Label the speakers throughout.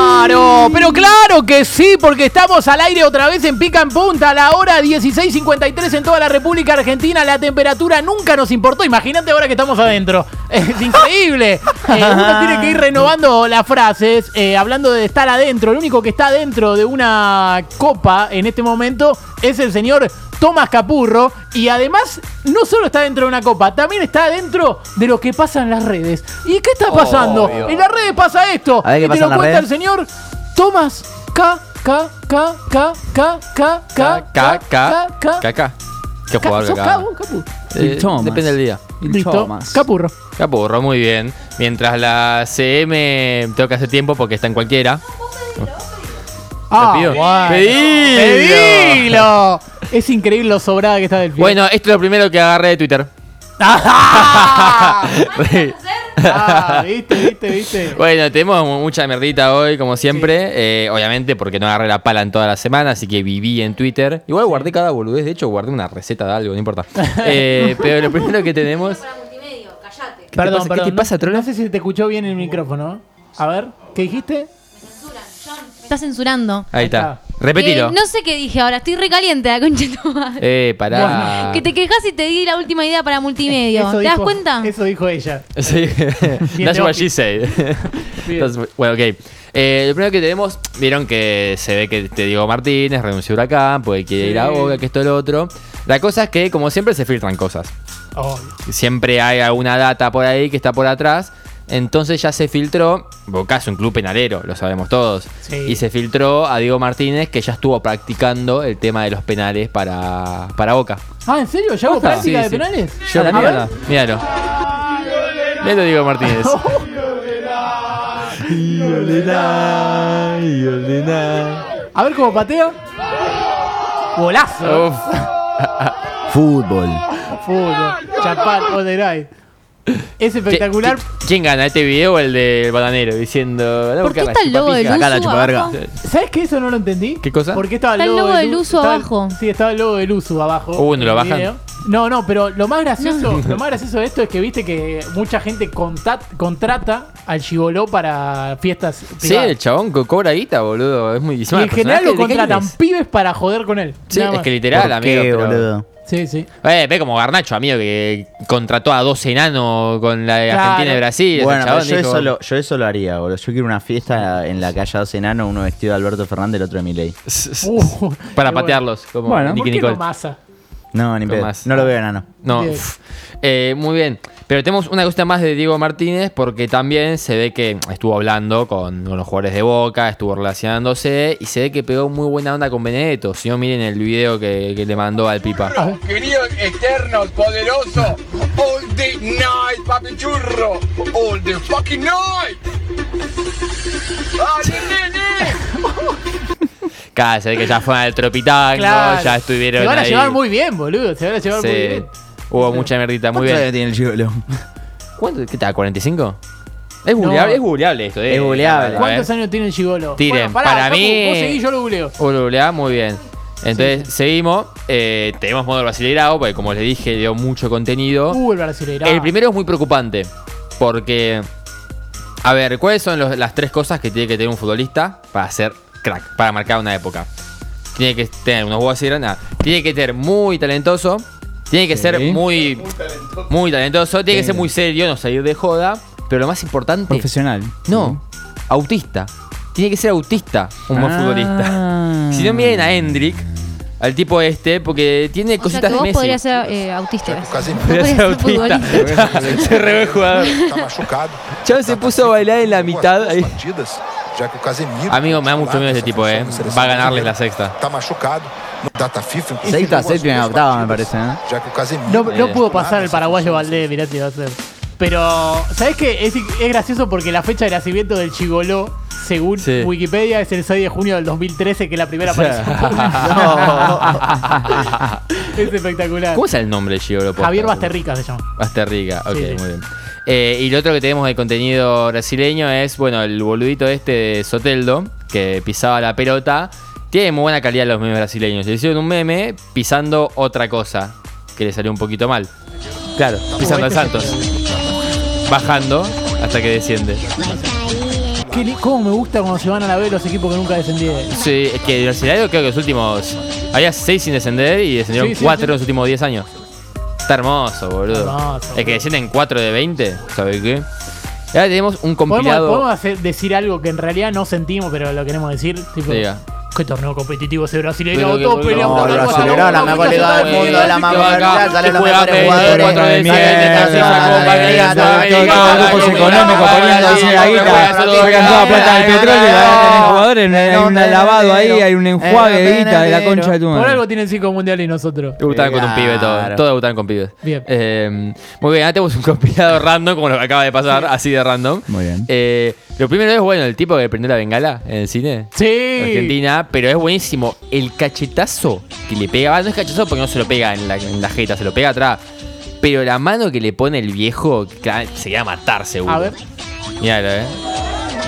Speaker 1: Claro, pero claro que sí, porque estamos al aire otra vez en Pica en Punta a la hora 16.53 en toda la República Argentina. La temperatura nunca nos importó. Imagínate ahora que estamos adentro. Es increíble. Eh, uno tiene que ir renovando las frases, eh, hablando de estar adentro. El único que está dentro de una copa en este momento es el señor Tomás Capurro. Y además, no solo está dentro de una copa, también está dentro de lo que pasa en las redes. ¿Y qué está pasando?
Speaker 2: Obvio.
Speaker 1: En las redes pasa esto.
Speaker 2: A ver qué
Speaker 1: y te
Speaker 2: pasa
Speaker 1: lo
Speaker 2: en las
Speaker 1: cuenta el
Speaker 2: redes.
Speaker 1: señor Tomás K. K, K, K, K, K, K,
Speaker 3: K, K, K, K. ¿Qué jugador
Speaker 1: ¿Sos
Speaker 3: K?
Speaker 1: Capu? Capu.
Speaker 3: Eh,
Speaker 4: El Thomas.
Speaker 3: Depende del día.
Speaker 4: El
Speaker 1: Listo.
Speaker 4: Thomas.
Speaker 1: Capurro.
Speaker 3: Capurro, muy bien. Mientras la CM tengo que hacer tiempo porque está en cualquiera.
Speaker 1: Ah,
Speaker 3: pido.
Speaker 1: bueno.
Speaker 3: Pedilo.
Speaker 1: Pedilo. Es increíble lo sobrada que está ¿eh? del pie.
Speaker 3: Bueno, esto es lo primero que agarré de Twitter.
Speaker 1: Ah,
Speaker 3: Re-
Speaker 1: ah, viste, viste, viste.
Speaker 3: bueno, tenemos mu- mucha mierdita hoy, como siempre. Eh, obviamente, porque no agarré la pala en toda la semana, así que viví en Twitter. Igual guardé cada boludez, de hecho, guardé una receta de algo, no importa. Eh, pero lo primero que tenemos.
Speaker 5: para multimedio, callate.
Speaker 4: te pasa? ¿Qué te pasa,
Speaker 1: no-
Speaker 4: trola?
Speaker 1: No sé si te escuchó bien el micrófono. A ver, ¿qué dijiste?
Speaker 5: Me censuran. John, me está censurando.
Speaker 3: Ahí está. Repetilo.
Speaker 5: Eh, no sé qué dije ahora, estoy recaliente la concha de tu madre.
Speaker 3: Eh, pará.
Speaker 5: Que te quejas y te di la última idea para multimedio.
Speaker 1: Eso
Speaker 5: ¿Te das
Speaker 1: dijo-
Speaker 5: cuenta?
Speaker 1: Eso dijo ella.
Speaker 3: Sí. That's
Speaker 1: de
Speaker 3: what
Speaker 1: Oki.
Speaker 3: she said.
Speaker 1: Bien.
Speaker 3: That's- bueno, ok. Eh, lo primero que tenemos, vieron que se ve que te Diego Martínez renunció a Huracán, porque quiere ir a
Speaker 1: Sí.
Speaker 3: Boca, que esto, lo otro. La cosa es que, como siempre, se filtran cosas.
Speaker 1: Oh,
Speaker 3: Siempre hay alguna data por ahí que está por atrás. Entonces ya se filtró, Boca es un club penalero, lo sabemos todos.
Speaker 1: Sí.
Speaker 3: Y se filtró a Diego Martínez que ya estuvo practicando el tema de los penales para, para Boca.
Speaker 1: Ah, ¿en serio? ¿Ya hago
Speaker 3: Posta.
Speaker 1: práctica
Speaker 3: Sí,
Speaker 1: de
Speaker 3: sí.
Speaker 1: penales?
Speaker 3: Yo la
Speaker 1: A ver.
Speaker 3: mierda. Míralo. Míralo, Diego Martínez.
Speaker 1: A ver cómo patea. Golazo.
Speaker 3: Uf.
Speaker 2: Fútbol.
Speaker 1: Fútbol. Chapal, all the night. Es
Speaker 3: ¿Qui-
Speaker 1: espectacular.
Speaker 3: qui- ¿Quién gana este video o el del bananero? Diciendo. "Dale,
Speaker 5: ¿Por qué
Speaker 3: buscar la
Speaker 5: está el logo de
Speaker 3: chupapica".
Speaker 5: Luzu
Speaker 3: Acá la chupa- Eh,
Speaker 2: chupaverga.
Speaker 5: abajo?
Speaker 1: ¿Sabes que eso no lo entendí?
Speaker 3: ¿Qué cosa?
Speaker 1: Porque estaba
Speaker 5: Está el logo del
Speaker 1: Lu-
Speaker 5: Luzu
Speaker 1: estaba-
Speaker 5: abajo.
Speaker 1: Sí, estaba el logo del Luzu abajo.
Speaker 3: Uh, ¿no lo
Speaker 1: en el
Speaker 3: bajan?
Speaker 1: video. No, no, pero lo más gracioso, lo más gracioso de esto es que viste que mucha gente contat- contrata al Chiboló para fiestas
Speaker 3: Sí,
Speaker 1: privadas.
Speaker 3: el chabón co- cobra guita, boludo. Es muy.
Speaker 1: y en general lo contratan pibes para joder con él.
Speaker 3: Sí,
Speaker 1: Nada
Speaker 3: es
Speaker 1: más.
Speaker 3: que literal,
Speaker 2: ¿Por
Speaker 3: amigo.
Speaker 2: qué,
Speaker 3: pero-
Speaker 2: boludo?
Speaker 1: Sí, sí.
Speaker 3: Eh, ve como Garnacho, amigo, que contrató a dos enanos con la de
Speaker 1: Claro.
Speaker 3: Argentina y Brasil. ese
Speaker 2: Bueno, pero
Speaker 3: chabón
Speaker 2: yo,
Speaker 3: dijo-
Speaker 2: eso lo, yo eso lo haría, boludo. Yo quiero una fiesta en la que haya dos enanos, uno vestido de Alberto Fernández, el otro de Milei.
Speaker 1: Uh,
Speaker 3: Para
Speaker 1: qué bueno.
Speaker 3: patearlos. Como
Speaker 4: Bueno,
Speaker 3: Nicky
Speaker 1: ¿Por qué
Speaker 3: Nicole.
Speaker 1: no masa?
Speaker 2: No, ni pedo.
Speaker 3: Tomás.
Speaker 2: No lo veo enano.
Speaker 3: No.
Speaker 1: Bien.
Speaker 3: pf. Eh, muy bien. Pero tenemos una cosita más de Diego Martínez porque también se ve que estuvo hablando con, con los jugadores de Boca, estuvo relacionándose y se ve que pegó muy buena onda con Benedetto. Si no, miren el video que, que le mandó al Pipa.
Speaker 6: Querido eterno, poderoso, all the night, papi churro, all the fucking night. ¡Ah, nene!
Speaker 3: Cada se ve que ya fueron al Tropitango, ya estuvieron
Speaker 1: Se van a
Speaker 3: ahí.
Speaker 1: llevar muy bien, boludo. Se van a llevar
Speaker 3: Sí.
Speaker 1: muy bien.
Speaker 3: Hubo mucha merdita, muy bien.
Speaker 2: tiene el chivolo?
Speaker 3: ¿Cuánto? ¿Qué tal? ¿45? Es googleable,
Speaker 1: No.
Speaker 3: es googleable esto. eh.
Speaker 2: Es googleable.
Speaker 3: A ver.
Speaker 1: ¿Cuántos años tiene el Gigolo?
Speaker 3: Tiren,
Speaker 1: pará,
Speaker 3: para
Speaker 1: Facu,
Speaker 3: mí-
Speaker 1: Vos seguís, yo lo googleo.
Speaker 3: Uruguay, E, muy bien. Entonces, seguimos. Eh, tenemos modo brasileirao, porque como les dije, dio mucho contenido.
Speaker 1: Uh, el brasileirá.
Speaker 3: Oh. El primero es muy preocupante, porque... A ver, ¿cuáles son los- las tres cosas que tiene que tener un futbolista para ser crack, para marcar una época? Tiene que tener unos huevos así de nada. Tiene que ser muy talentoso. Tiene que ser muy... Muy talentoso. Tiene que ser muy serio, no salir de joda. Pero lo más importante...
Speaker 4: Profesional.
Speaker 3: No, autista. Tiene que ser autista un buen
Speaker 4: Ah.
Speaker 3: futbolista. Si no miren a Hendrick, al tipo este, porque tiene
Speaker 5: O sea que
Speaker 3: cositas
Speaker 5: vos
Speaker 3: de Messi.
Speaker 5: podrías ser eh, autista. ibas a decir. Vos
Speaker 3: Podría
Speaker 5: podrías
Speaker 3: ser autista. se re buen jugador.
Speaker 6: Está machucado.
Speaker 3: Chavo se puso a bailar en la mitad. ahí.
Speaker 6: Já que o Casemiro.
Speaker 3: Amigo, me da mucho miedo ese tipo, eh. Va a ganarles la sexta.
Speaker 6: Está machucado. No, Data FIFA. inclusive,
Speaker 2: Sexta,
Speaker 6: jugó as
Speaker 2: séptima y
Speaker 6: duas
Speaker 2: octava, me
Speaker 6: partidas,
Speaker 2: parece, ¿eh?
Speaker 6: Já que o Casemiro.
Speaker 1: No,
Speaker 3: Bien.
Speaker 1: no pudo pasar el paraguayo Valdés, mirá si va a ser. Pero, ¿sabés qué? Es, es gracioso porque la fecha de nacimiento del Chigoló, según
Speaker 3: Sí.
Speaker 1: Wikipedia, es el 6 de junio del 2013, que es la primera
Speaker 3: Ah,
Speaker 1: aparición. es espectacular.
Speaker 3: ¿Cómo es el nombre del Gigolo? Posta?
Speaker 1: Javier Basterrica se llama.
Speaker 3: Basterrica, ok,
Speaker 1: Sí, sí.
Speaker 3: muy bien. Eh, y lo otro que tenemos de contenido brasileño es, bueno, el boludito este de Soteldo, que pisaba la pelota. Tiene muy buena calidad los memes brasileños. Le hicieron un meme pisando otra cosa, que le salió un poquito mal. este Claro, pisando al Santos. Bajando hasta que desciende.
Speaker 1: Qué li- ¿Cómo me gusta cuando se van a la B los equipos que nunca descendieron?
Speaker 3: Sí, es que Universitario creo que los últimos. Había seis sin descender y descendieron
Speaker 1: Sí, sí,
Speaker 3: cuatro
Speaker 1: sí.
Speaker 3: en los últimos 10 años. Está hermoso, boludo.
Speaker 1: Hermoso,
Speaker 3: es
Speaker 1: boludo.
Speaker 3: que descienden 4 de 20, ¿sabes qué? Y ahora tenemos un
Speaker 1: ¿Podemos,
Speaker 3: compilado.
Speaker 1: podemos hacer- decir algo que en realidad no sentimos, pero lo queremos decir? Tipo,
Speaker 3: Diga.
Speaker 1: ¿Qué torneo competitivo ese brasileño?
Speaker 3: Pero que-
Speaker 1: Todos peleamos
Speaker 2: No,
Speaker 1: por
Speaker 2: el
Speaker 1: algo, hasta
Speaker 2: brasileño
Speaker 1: la
Speaker 2: era la
Speaker 1: última
Speaker 2: mejor
Speaker 1: fecha
Speaker 2: liga
Speaker 1: del
Speaker 2: del mundo,
Speaker 1: mundial.
Speaker 2: la más moderna, salen los mejores jugadores,
Speaker 4: jugadores, hay un lavado ahí, hay un enjuague de guita de la concha de tu
Speaker 1: Por algo
Speaker 4: madre.
Speaker 1: tienen cinco mundiales y nosotros.
Speaker 3: Debutaban con un pibe todos.
Speaker 2: Claro.
Speaker 3: Todos debutaban con pibes.
Speaker 1: Bien.
Speaker 3: Eh, muy bien, ahora tenemos un compilado random, como lo que acaba de pasar, así de random.
Speaker 2: Muy bien.
Speaker 3: Eh, lo primero es, bueno, el tipo que prendió la bengala en el cine.
Speaker 1: Sí.
Speaker 3: Argentina, pero es buenísimo. El cachetazo que le pega, va, no es cachetazo porque no se lo pega en la, en la jeta, se lo pega atrás. Pero la mano que le pone el viejo claro, se queda a matar, seguro.
Speaker 1: A ver.
Speaker 3: Míralo, eh.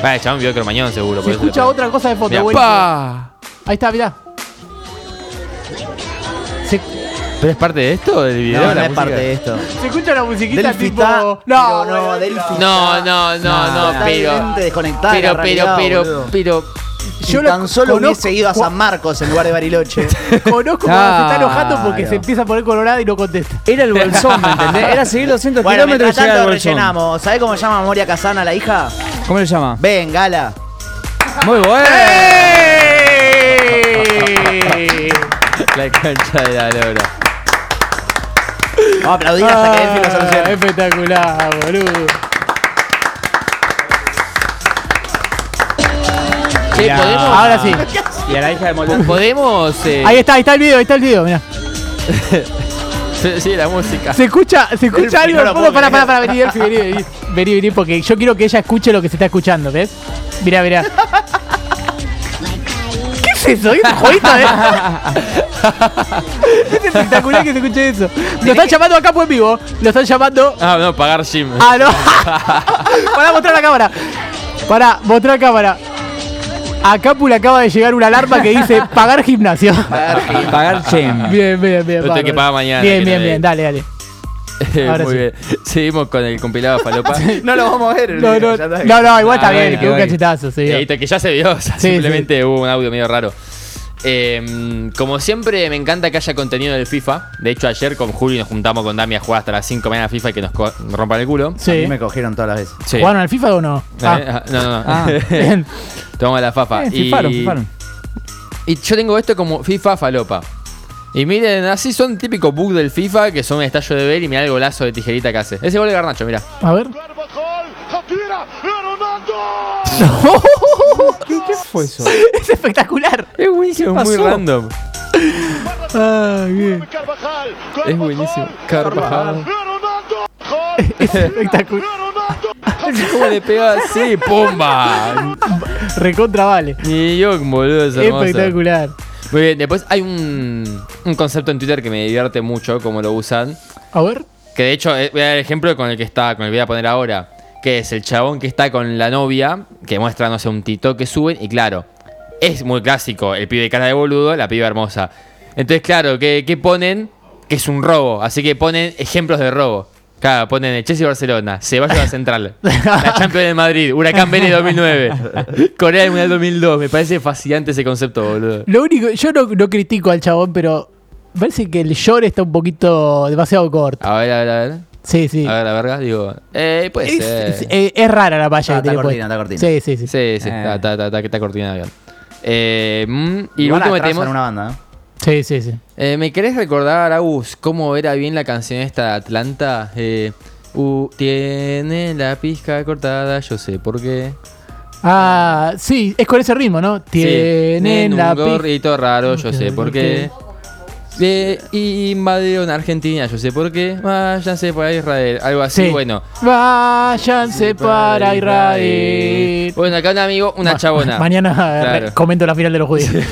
Speaker 3: Vale, el chabón vio cromañón, seguro.
Speaker 1: Se
Speaker 3: por eso le
Speaker 1: escucha
Speaker 3: pone.
Speaker 1: otra cosa de foto,
Speaker 3: pues, Mirá,
Speaker 1: buenísimo.
Speaker 3: ¡pa!
Speaker 1: Ahí está, mirá. Se,
Speaker 3: ¿Pero es parte de esto del video?
Speaker 2: No, no
Speaker 3: la
Speaker 2: es
Speaker 3: música?
Speaker 2: parte de esto.
Speaker 1: se escucha la musiquita
Speaker 2: Delphi
Speaker 1: tipo.
Speaker 2: está-
Speaker 1: No,
Speaker 2: pero
Speaker 1: bueno,
Speaker 2: no, Delphi
Speaker 3: No,
Speaker 2: está
Speaker 3: no, no, no, pero.
Speaker 2: totalmente desconectada de
Speaker 3: Pero,
Speaker 2: la
Speaker 3: pero,
Speaker 2: realidad,
Speaker 3: pero,
Speaker 2: boludo.
Speaker 3: pero.
Speaker 2: Si
Speaker 1: yo lo
Speaker 2: tan solo
Speaker 1: conozco-
Speaker 2: hubiese ido a San Marcos en lugar de Bariloche.
Speaker 1: Conozco cuando se está enojando porque
Speaker 2: Claro.
Speaker 1: se empieza a poner colorada y no contesta.
Speaker 4: Era el bolsón, ¿me entendés? Era seguir 200
Speaker 2: bueno,
Speaker 4: kilómetros
Speaker 2: mientras
Speaker 4: y llegar al
Speaker 2: tanto
Speaker 4: bolsón.
Speaker 2: rellenamos. ¿Sabés cómo llama Moria Casana la hija?
Speaker 4: ¿Cómo le llama?
Speaker 2: Ven, Gala.
Speaker 4: Muy
Speaker 3: ¡Eh!
Speaker 4: bueno.
Speaker 3: La cancha de la lora.
Speaker 2: Vamos a aplaudir hasta que Delphi lo
Speaker 1: Ah,
Speaker 2: solucione.
Speaker 1: espectacular, boludo.
Speaker 3: Che, podemos.
Speaker 1: Ahora sí.
Speaker 4: Y a la hija de
Speaker 3: Podemos. eh,
Speaker 1: Ahí está, ahí está el video, ahí está el video, mirá.
Speaker 3: Sí, sí, la música.
Speaker 1: Se escucha, se escucha algo
Speaker 2: Delphi, no
Speaker 1: de
Speaker 2: lo
Speaker 1: fondo.
Speaker 2: puedo
Speaker 1: Pará, pará,
Speaker 2: creer.
Speaker 1: pará, vení, Delphi, vení, vení. Vení, vení, porque yo quiero que ella escuche lo que se está escuchando, ¿ves? Mirá, mirá. ¿Qué es eso? ¿Es un jueguito, eh? Es espectacular que se escuche eso. Lo están llamando acá pues en vivo. Lo están llamando.
Speaker 3: Ah, no, pagar Jim.
Speaker 1: Ah, no. Pará, mostrar la cámara. Pará, mostrar cámara. A Capu le acaba de llegar una alarma que dice pagar gimnasio.
Speaker 4: Pagar chem.
Speaker 1: Bien, bien, bien.
Speaker 3: Lo tengo que
Speaker 1: bárbaro.
Speaker 3: pagar mañana,
Speaker 1: Bien,
Speaker 3: que
Speaker 1: bien,
Speaker 3: no
Speaker 1: bien.
Speaker 3: le-
Speaker 1: Dale, dale.
Speaker 3: Eh,
Speaker 1: ahora
Speaker 3: Muy
Speaker 1: sí.
Speaker 3: bien. Seguimos con el compilado Falopa. Eh,
Speaker 2: No lo vamos a ver.
Speaker 1: No, no,
Speaker 2: ya está.
Speaker 1: no, no, igual
Speaker 4: Ah,
Speaker 1: está bien.
Speaker 4: bueno,
Speaker 1: Que un
Speaker 4: bueno.
Speaker 1: cachetazo, sí.
Speaker 3: Eh, que ya se vio, o sea,
Speaker 1: Sí,
Speaker 3: simplemente hubo un audio medio raro. Eh, como siempre, me encanta que haya contenido del FIFA. De hecho, ayer con Julio nos juntamos con Dami a jugar hasta las 5 de la mañana FIFA y que nos co- nos rompan el culo.
Speaker 2: A mí
Speaker 1: Sí.
Speaker 2: me cogieron todas las veces.
Speaker 3: Sí.
Speaker 1: ¿Jugaron al FIFA o no?
Speaker 3: Eh,
Speaker 1: Ah,
Speaker 3: ah, no, no, no.
Speaker 4: Ah.
Speaker 1: bien. Ah,
Speaker 3: Toma la fafa.
Speaker 4: Eh,
Speaker 3: Y-
Speaker 4: Fifaron, fifaron.
Speaker 3: Y yo tengo esto como FIFA falopa. Y miren, así son típicos bug del FIFA que son estallo de ver y mirá el golazo de tijerita que hace. Ese gol de Garnacho, mirá.
Speaker 1: A ver.
Speaker 4: ¿Qué fue eso?
Speaker 1: es espectacular.
Speaker 3: Es buenísimo,
Speaker 4: es muy
Speaker 3: random.
Speaker 1: Ay, Ah, bien.
Speaker 3: Es buenísimo. Carvajal.
Speaker 1: Es espectacular.
Speaker 3: ¿Cómo le pega así? ¡Pumba!
Speaker 1: Recontra vale.
Speaker 3: Ni yo, boludo, es hermoso.
Speaker 1: Espectacular.
Speaker 3: Muy bien, después hay un, un concepto en Twitter que me divierte mucho como lo usan.
Speaker 1: A ver.
Speaker 3: Que de hecho, eh, voy a dar el ejemplo con el que está, con el que voy a poner ahora. Que es el chabón que está con la novia, que muestra, no sé, un tito que suben. Y claro, es muy clásico. El pibe cara de boludo, la piba hermosa. Entonces, claro, ¿qué, qué ponen? Que es un robo. Así que ponen ejemplos de robo. Claro, ponen el Chelsea Barcelona, Ceballos a Central, la Champions de Madrid, Huracán Vélez 2009, Corea del Mundial 2002. Me parece fascinante ese concepto, boludo.
Speaker 1: Lo único, yo no, no critico al chabón, pero parece que el short está un poquito demasiado corto.
Speaker 3: A ver, a ver, a ver.
Speaker 1: Sí, sí.
Speaker 3: A ver, la verga, digo. Eh, puede
Speaker 1: Es,
Speaker 3: ser.
Speaker 1: es- eh, es rara la malla
Speaker 2: Ah,
Speaker 1: que
Speaker 2: está
Speaker 1: tiene
Speaker 2: cortina,
Speaker 1: puesta.
Speaker 2: está cortina.
Speaker 1: Sí, sí, sí.
Speaker 3: Sí, sí,
Speaker 4: Eh.
Speaker 3: está, está, está, está, está cortina de avión. Eh, mm, y lo
Speaker 2: Igual
Speaker 3: último que
Speaker 2: atrasan
Speaker 3: tenemos.
Speaker 2: una banda, ¿eh?
Speaker 1: Sí, sí, sí.
Speaker 3: Eh, ¿Me querés recordar, Agus, cómo era bien la canción esta de Atlanta? Eh, "Uh, tiene la pizca cortada, yo sé por qué.
Speaker 1: Ah, sí, es con ese ritmo, ¿no? Tienen
Speaker 3: Tienen
Speaker 1: la
Speaker 3: un
Speaker 1: pi-
Speaker 3: gorrito raro, yo sé por qué. Eh, y invadieron Argentina, yo sé por qué. Váyanse para Israel, algo así,
Speaker 1: Sí.
Speaker 3: bueno.
Speaker 1: Váyanse para Israel.
Speaker 3: Bueno, acá un amigo, una
Speaker 1: Ma-
Speaker 3: chabona.
Speaker 1: Mañana eh, re-
Speaker 3: Claro.
Speaker 1: comento la final de los judíos.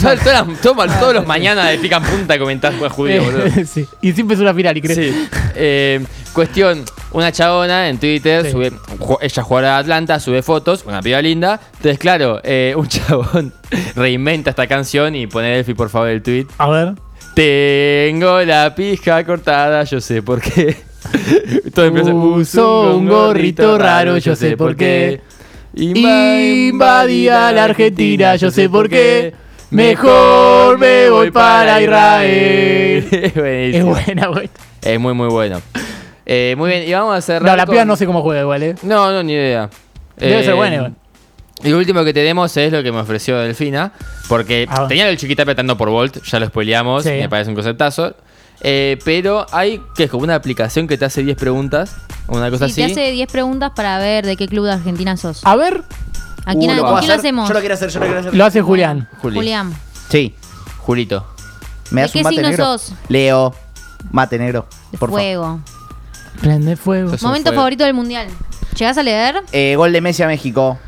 Speaker 3: Todas- todas las- todos- todos los mañanas de pican punta comentar juez judío, boludo.
Speaker 1: Eh, Sí, Y siempre es una final, ¿y crees?
Speaker 3: Sí. Eh, cuestión, una chabona en Twitter,
Speaker 1: Sí.
Speaker 3: sube, ju- ella jugará a Atlanta, sube fotos, una piba linda. Entonces, claro, eh, un chabón reinventa esta canción y pone Delphi, por favor, el tweet.
Speaker 1: A ver.
Speaker 3: Tengo la pija cortada, yo sé por qué. Todo empieza,
Speaker 1: Uso un gorrito raro, yo sé por qué". Invadía la Argentina, yo sé por qué. Mejor me voy para Israel.
Speaker 3: es
Speaker 1: Es
Speaker 3: buenísimo.
Speaker 1: buena, güey.
Speaker 3: Es muy, muy bueno. Eh, muy bien, y vamos a cerrar.
Speaker 1: No, la
Speaker 3: con-
Speaker 1: piba no sé cómo juega igual, ¿eh?
Speaker 3: No, no, ni idea.
Speaker 1: Debe
Speaker 3: Eh,
Speaker 1: ser buena, igual.
Speaker 3: Y lo último que tenemos es lo que me ofreció Delfina, porque
Speaker 1: Ah.
Speaker 3: tenía el chiquita apretando por Volt, ya lo spoileamos,
Speaker 1: Sí.
Speaker 3: me parece un conceptazo. Eh, pero hay que es como una aplicación que te hace 10 preguntas, una cosa
Speaker 5: Sí, te
Speaker 3: así.
Speaker 5: hace 10 preguntas para ver de qué club de Argentina sos.
Speaker 1: A ver,
Speaker 5: ¿A quién,
Speaker 2: Uh,
Speaker 5: a-
Speaker 2: ¿lo
Speaker 5: con
Speaker 2: puedo
Speaker 5: quién lo
Speaker 2: hacer?
Speaker 5: hacemos?
Speaker 2: Yo lo quiero hacer, yo lo quiero hacer.
Speaker 1: lo hace Julián.
Speaker 3: Juli.
Speaker 5: Julián.
Speaker 2: Sí.
Speaker 3: Julito.
Speaker 2: ¿Me
Speaker 5: ¿De
Speaker 2: das
Speaker 5: qué
Speaker 2: un mate
Speaker 5: signo
Speaker 2: negro?
Speaker 5: sos?
Speaker 2: Leo. Mate negro.
Speaker 5: De
Speaker 2: Por favor.
Speaker 5: fuego.
Speaker 1: Prende fuego.
Speaker 3: Sos un
Speaker 5: Momento
Speaker 3: fuego.
Speaker 5: favorito del mundial. ¿Llegás a leer?
Speaker 2: Eh, gol de Messi a México.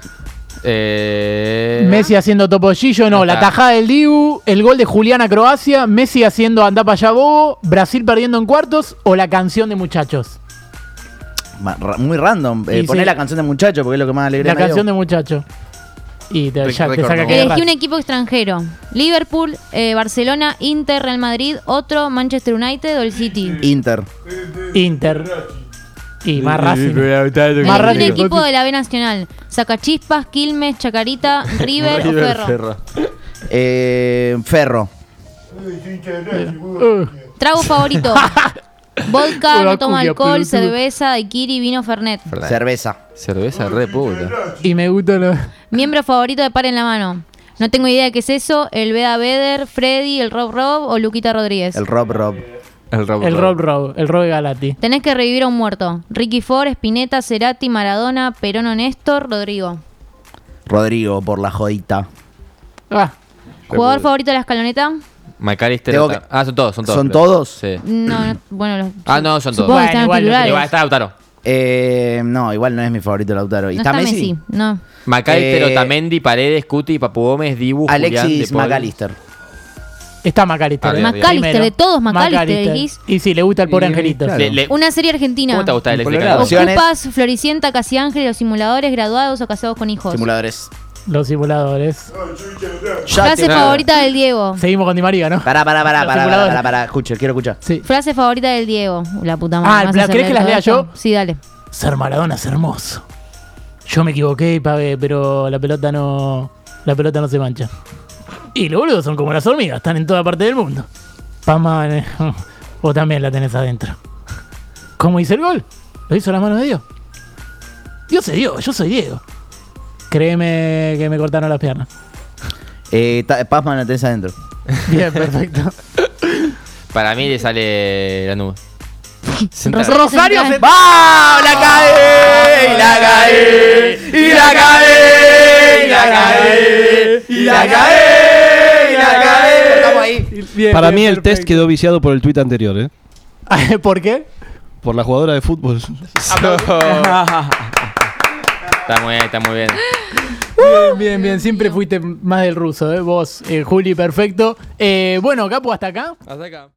Speaker 3: Eh,
Speaker 1: Messi haciendo topollillo, no,
Speaker 3: Ahí
Speaker 1: la
Speaker 3: está.
Speaker 1: tajada del Dibu, el gol de Julián a Croacia, Messi haciendo andá para allá bobo, Brasil perdiendo en cuartos o la canción de muchachos.
Speaker 2: Ma- ra- Muy random. Eh,
Speaker 1: Y
Speaker 2: poné
Speaker 1: sí.
Speaker 2: la canción de muchacho porque es lo que más alegra.
Speaker 1: la canción de muchachos. Y te,
Speaker 3: Re-
Speaker 1: ya te
Speaker 3: récord,
Speaker 1: saca
Speaker 3: ¿no?
Speaker 1: que
Speaker 5: Eh, Elegí un equipo extranjero. Liverpool, eh, Barcelona, Inter, Real Madrid, otro, Manchester United o el City.
Speaker 2: Inter.
Speaker 1: Inter. Y más Racing. Más
Speaker 5: Elegí un
Speaker 1: Racing.
Speaker 5: equipo de la B Nacional. Sacachispas, Quilmes, Chacarita, River o Ferro.
Speaker 2: Eh, Ferro.
Speaker 1: Uh,
Speaker 5: Trago favorito. Vodka,
Speaker 1: Hola,
Speaker 5: no toma
Speaker 1: cumbia,
Speaker 5: alcohol,
Speaker 1: pelotudo.
Speaker 5: cerveza, daiquiri, vino, fernet.
Speaker 3: Fernández.
Speaker 2: Cerveza.
Speaker 3: Cerveza re puta.
Speaker 1: y me gusta lo...
Speaker 5: Miembro favorito de Par en la Mano. No tengo idea de qué es eso. El Beda Beder, Freddy, el Rob Rob o Luquita Rodríguez.
Speaker 2: El Rob Rob.
Speaker 3: El Rob.
Speaker 1: el Rob Rob, el Rob de Galati.
Speaker 5: Tenés que revivir a un muerto. Ricky Ford, Spinetta, Cerati, Maradona, Perono Néstor, Rodrigo.
Speaker 2: Rodrigo por la jodita.
Speaker 1: Ah,
Speaker 5: ¿Jugador favorito de la escaloneta?
Speaker 3: McAllister.
Speaker 2: Tengo
Speaker 3: otra-
Speaker 2: que-
Speaker 3: Ah, son todos, son todos.
Speaker 2: ¿Son
Speaker 3: creo.
Speaker 2: todos?
Speaker 3: Sí.
Speaker 5: No, no, bueno, los,
Speaker 3: Ah, no, son todos.
Speaker 5: supongo que
Speaker 1: Bueno,
Speaker 5: están en
Speaker 1: igual,
Speaker 5: titulares.
Speaker 3: Igual está Lautaro.
Speaker 2: Eh, no, igual no es mi favorito Lautaro. ¿Y
Speaker 5: no
Speaker 2: está, Messi?
Speaker 5: No.
Speaker 3: McAllister,
Speaker 2: Eh,
Speaker 3: Otamendi, Paredes, Cuti, Papu Gómez, Dibu, Uh, Julián, De
Speaker 2: Alexis
Speaker 3: Paul.
Speaker 2: McAllister.
Speaker 1: está McAllister.
Speaker 3: Ah, bien, bien.
Speaker 5: McAllister, de todos McAllister, dijiste.
Speaker 1: Y sí, le gusta el pobre Angelito.
Speaker 3: Le- le-
Speaker 5: Una serie argentina.
Speaker 3: Eh, ¿Cómo te gusta el
Speaker 4: En
Speaker 3: electrificador?
Speaker 4: Colorado.
Speaker 2: Opciones.
Speaker 5: Ocupas, Floricienta, Casi Ángel, los simuladores, graduados o casados con hijos.
Speaker 2: Simuladores.
Speaker 1: Los simuladores.
Speaker 2: Ya
Speaker 5: Frase
Speaker 2: te...
Speaker 5: favorita del Diego.
Speaker 1: Seguimos con Di María, ¿no?
Speaker 2: Pará, pará,
Speaker 1: Los
Speaker 2: pará, pará, pará,
Speaker 1: simuladores.
Speaker 2: pará, pará. Escucho, quiero escuchar.
Speaker 1: Sí.
Speaker 5: Frase favorita del Diego. La puta
Speaker 1: Ah,
Speaker 5: madre. ¿me vas a
Speaker 1: ¿pero
Speaker 5: hacer
Speaker 1: querés que
Speaker 5: leer
Speaker 1: las
Speaker 5: todo
Speaker 1: lea
Speaker 5: esto?
Speaker 1: yo?
Speaker 5: Sí, dale.
Speaker 1: Ser Maradona es hermoso. Yo me equivoqué, pavé, pero la pelota no. La pelota no se mancha. Y los boludos son como las hormigas, están en toda parte del mundo. Pama, eh, vos también la tenés adentro. ¿Cómo hice el gol? Lo hizo la mano de Dios. Dios es Dios, yo soy Diego. Créeme que me cortaron las piernas.
Speaker 2: Eh, ta- Pazman la tenés adentro.
Speaker 1: Bien, perfecto.
Speaker 3: Para mí le sale la nube.
Speaker 1: Rosario
Speaker 5: Central.
Speaker 1: Central.
Speaker 2: ¡Ah! ¡La cae! ¡Y la cae! ¡Y la cae! ¡Y la cae! ¡Y la cae! ¡Y la cae! Estamos ahí.
Speaker 7: Para mí el test quedó viciado por el tuit anterior, ¿eh?
Speaker 1: ¿Por qué?
Speaker 7: Por la jugadora de fútbol.
Speaker 3: Está muy bien, está muy bien.
Speaker 1: Bien, bien, bien. Siempre fuiste más del ruso, ¿eh? Vos, eh, Juli, perfecto. Eh, bueno, Capo, hasta acá.
Speaker 3: Hasta acá.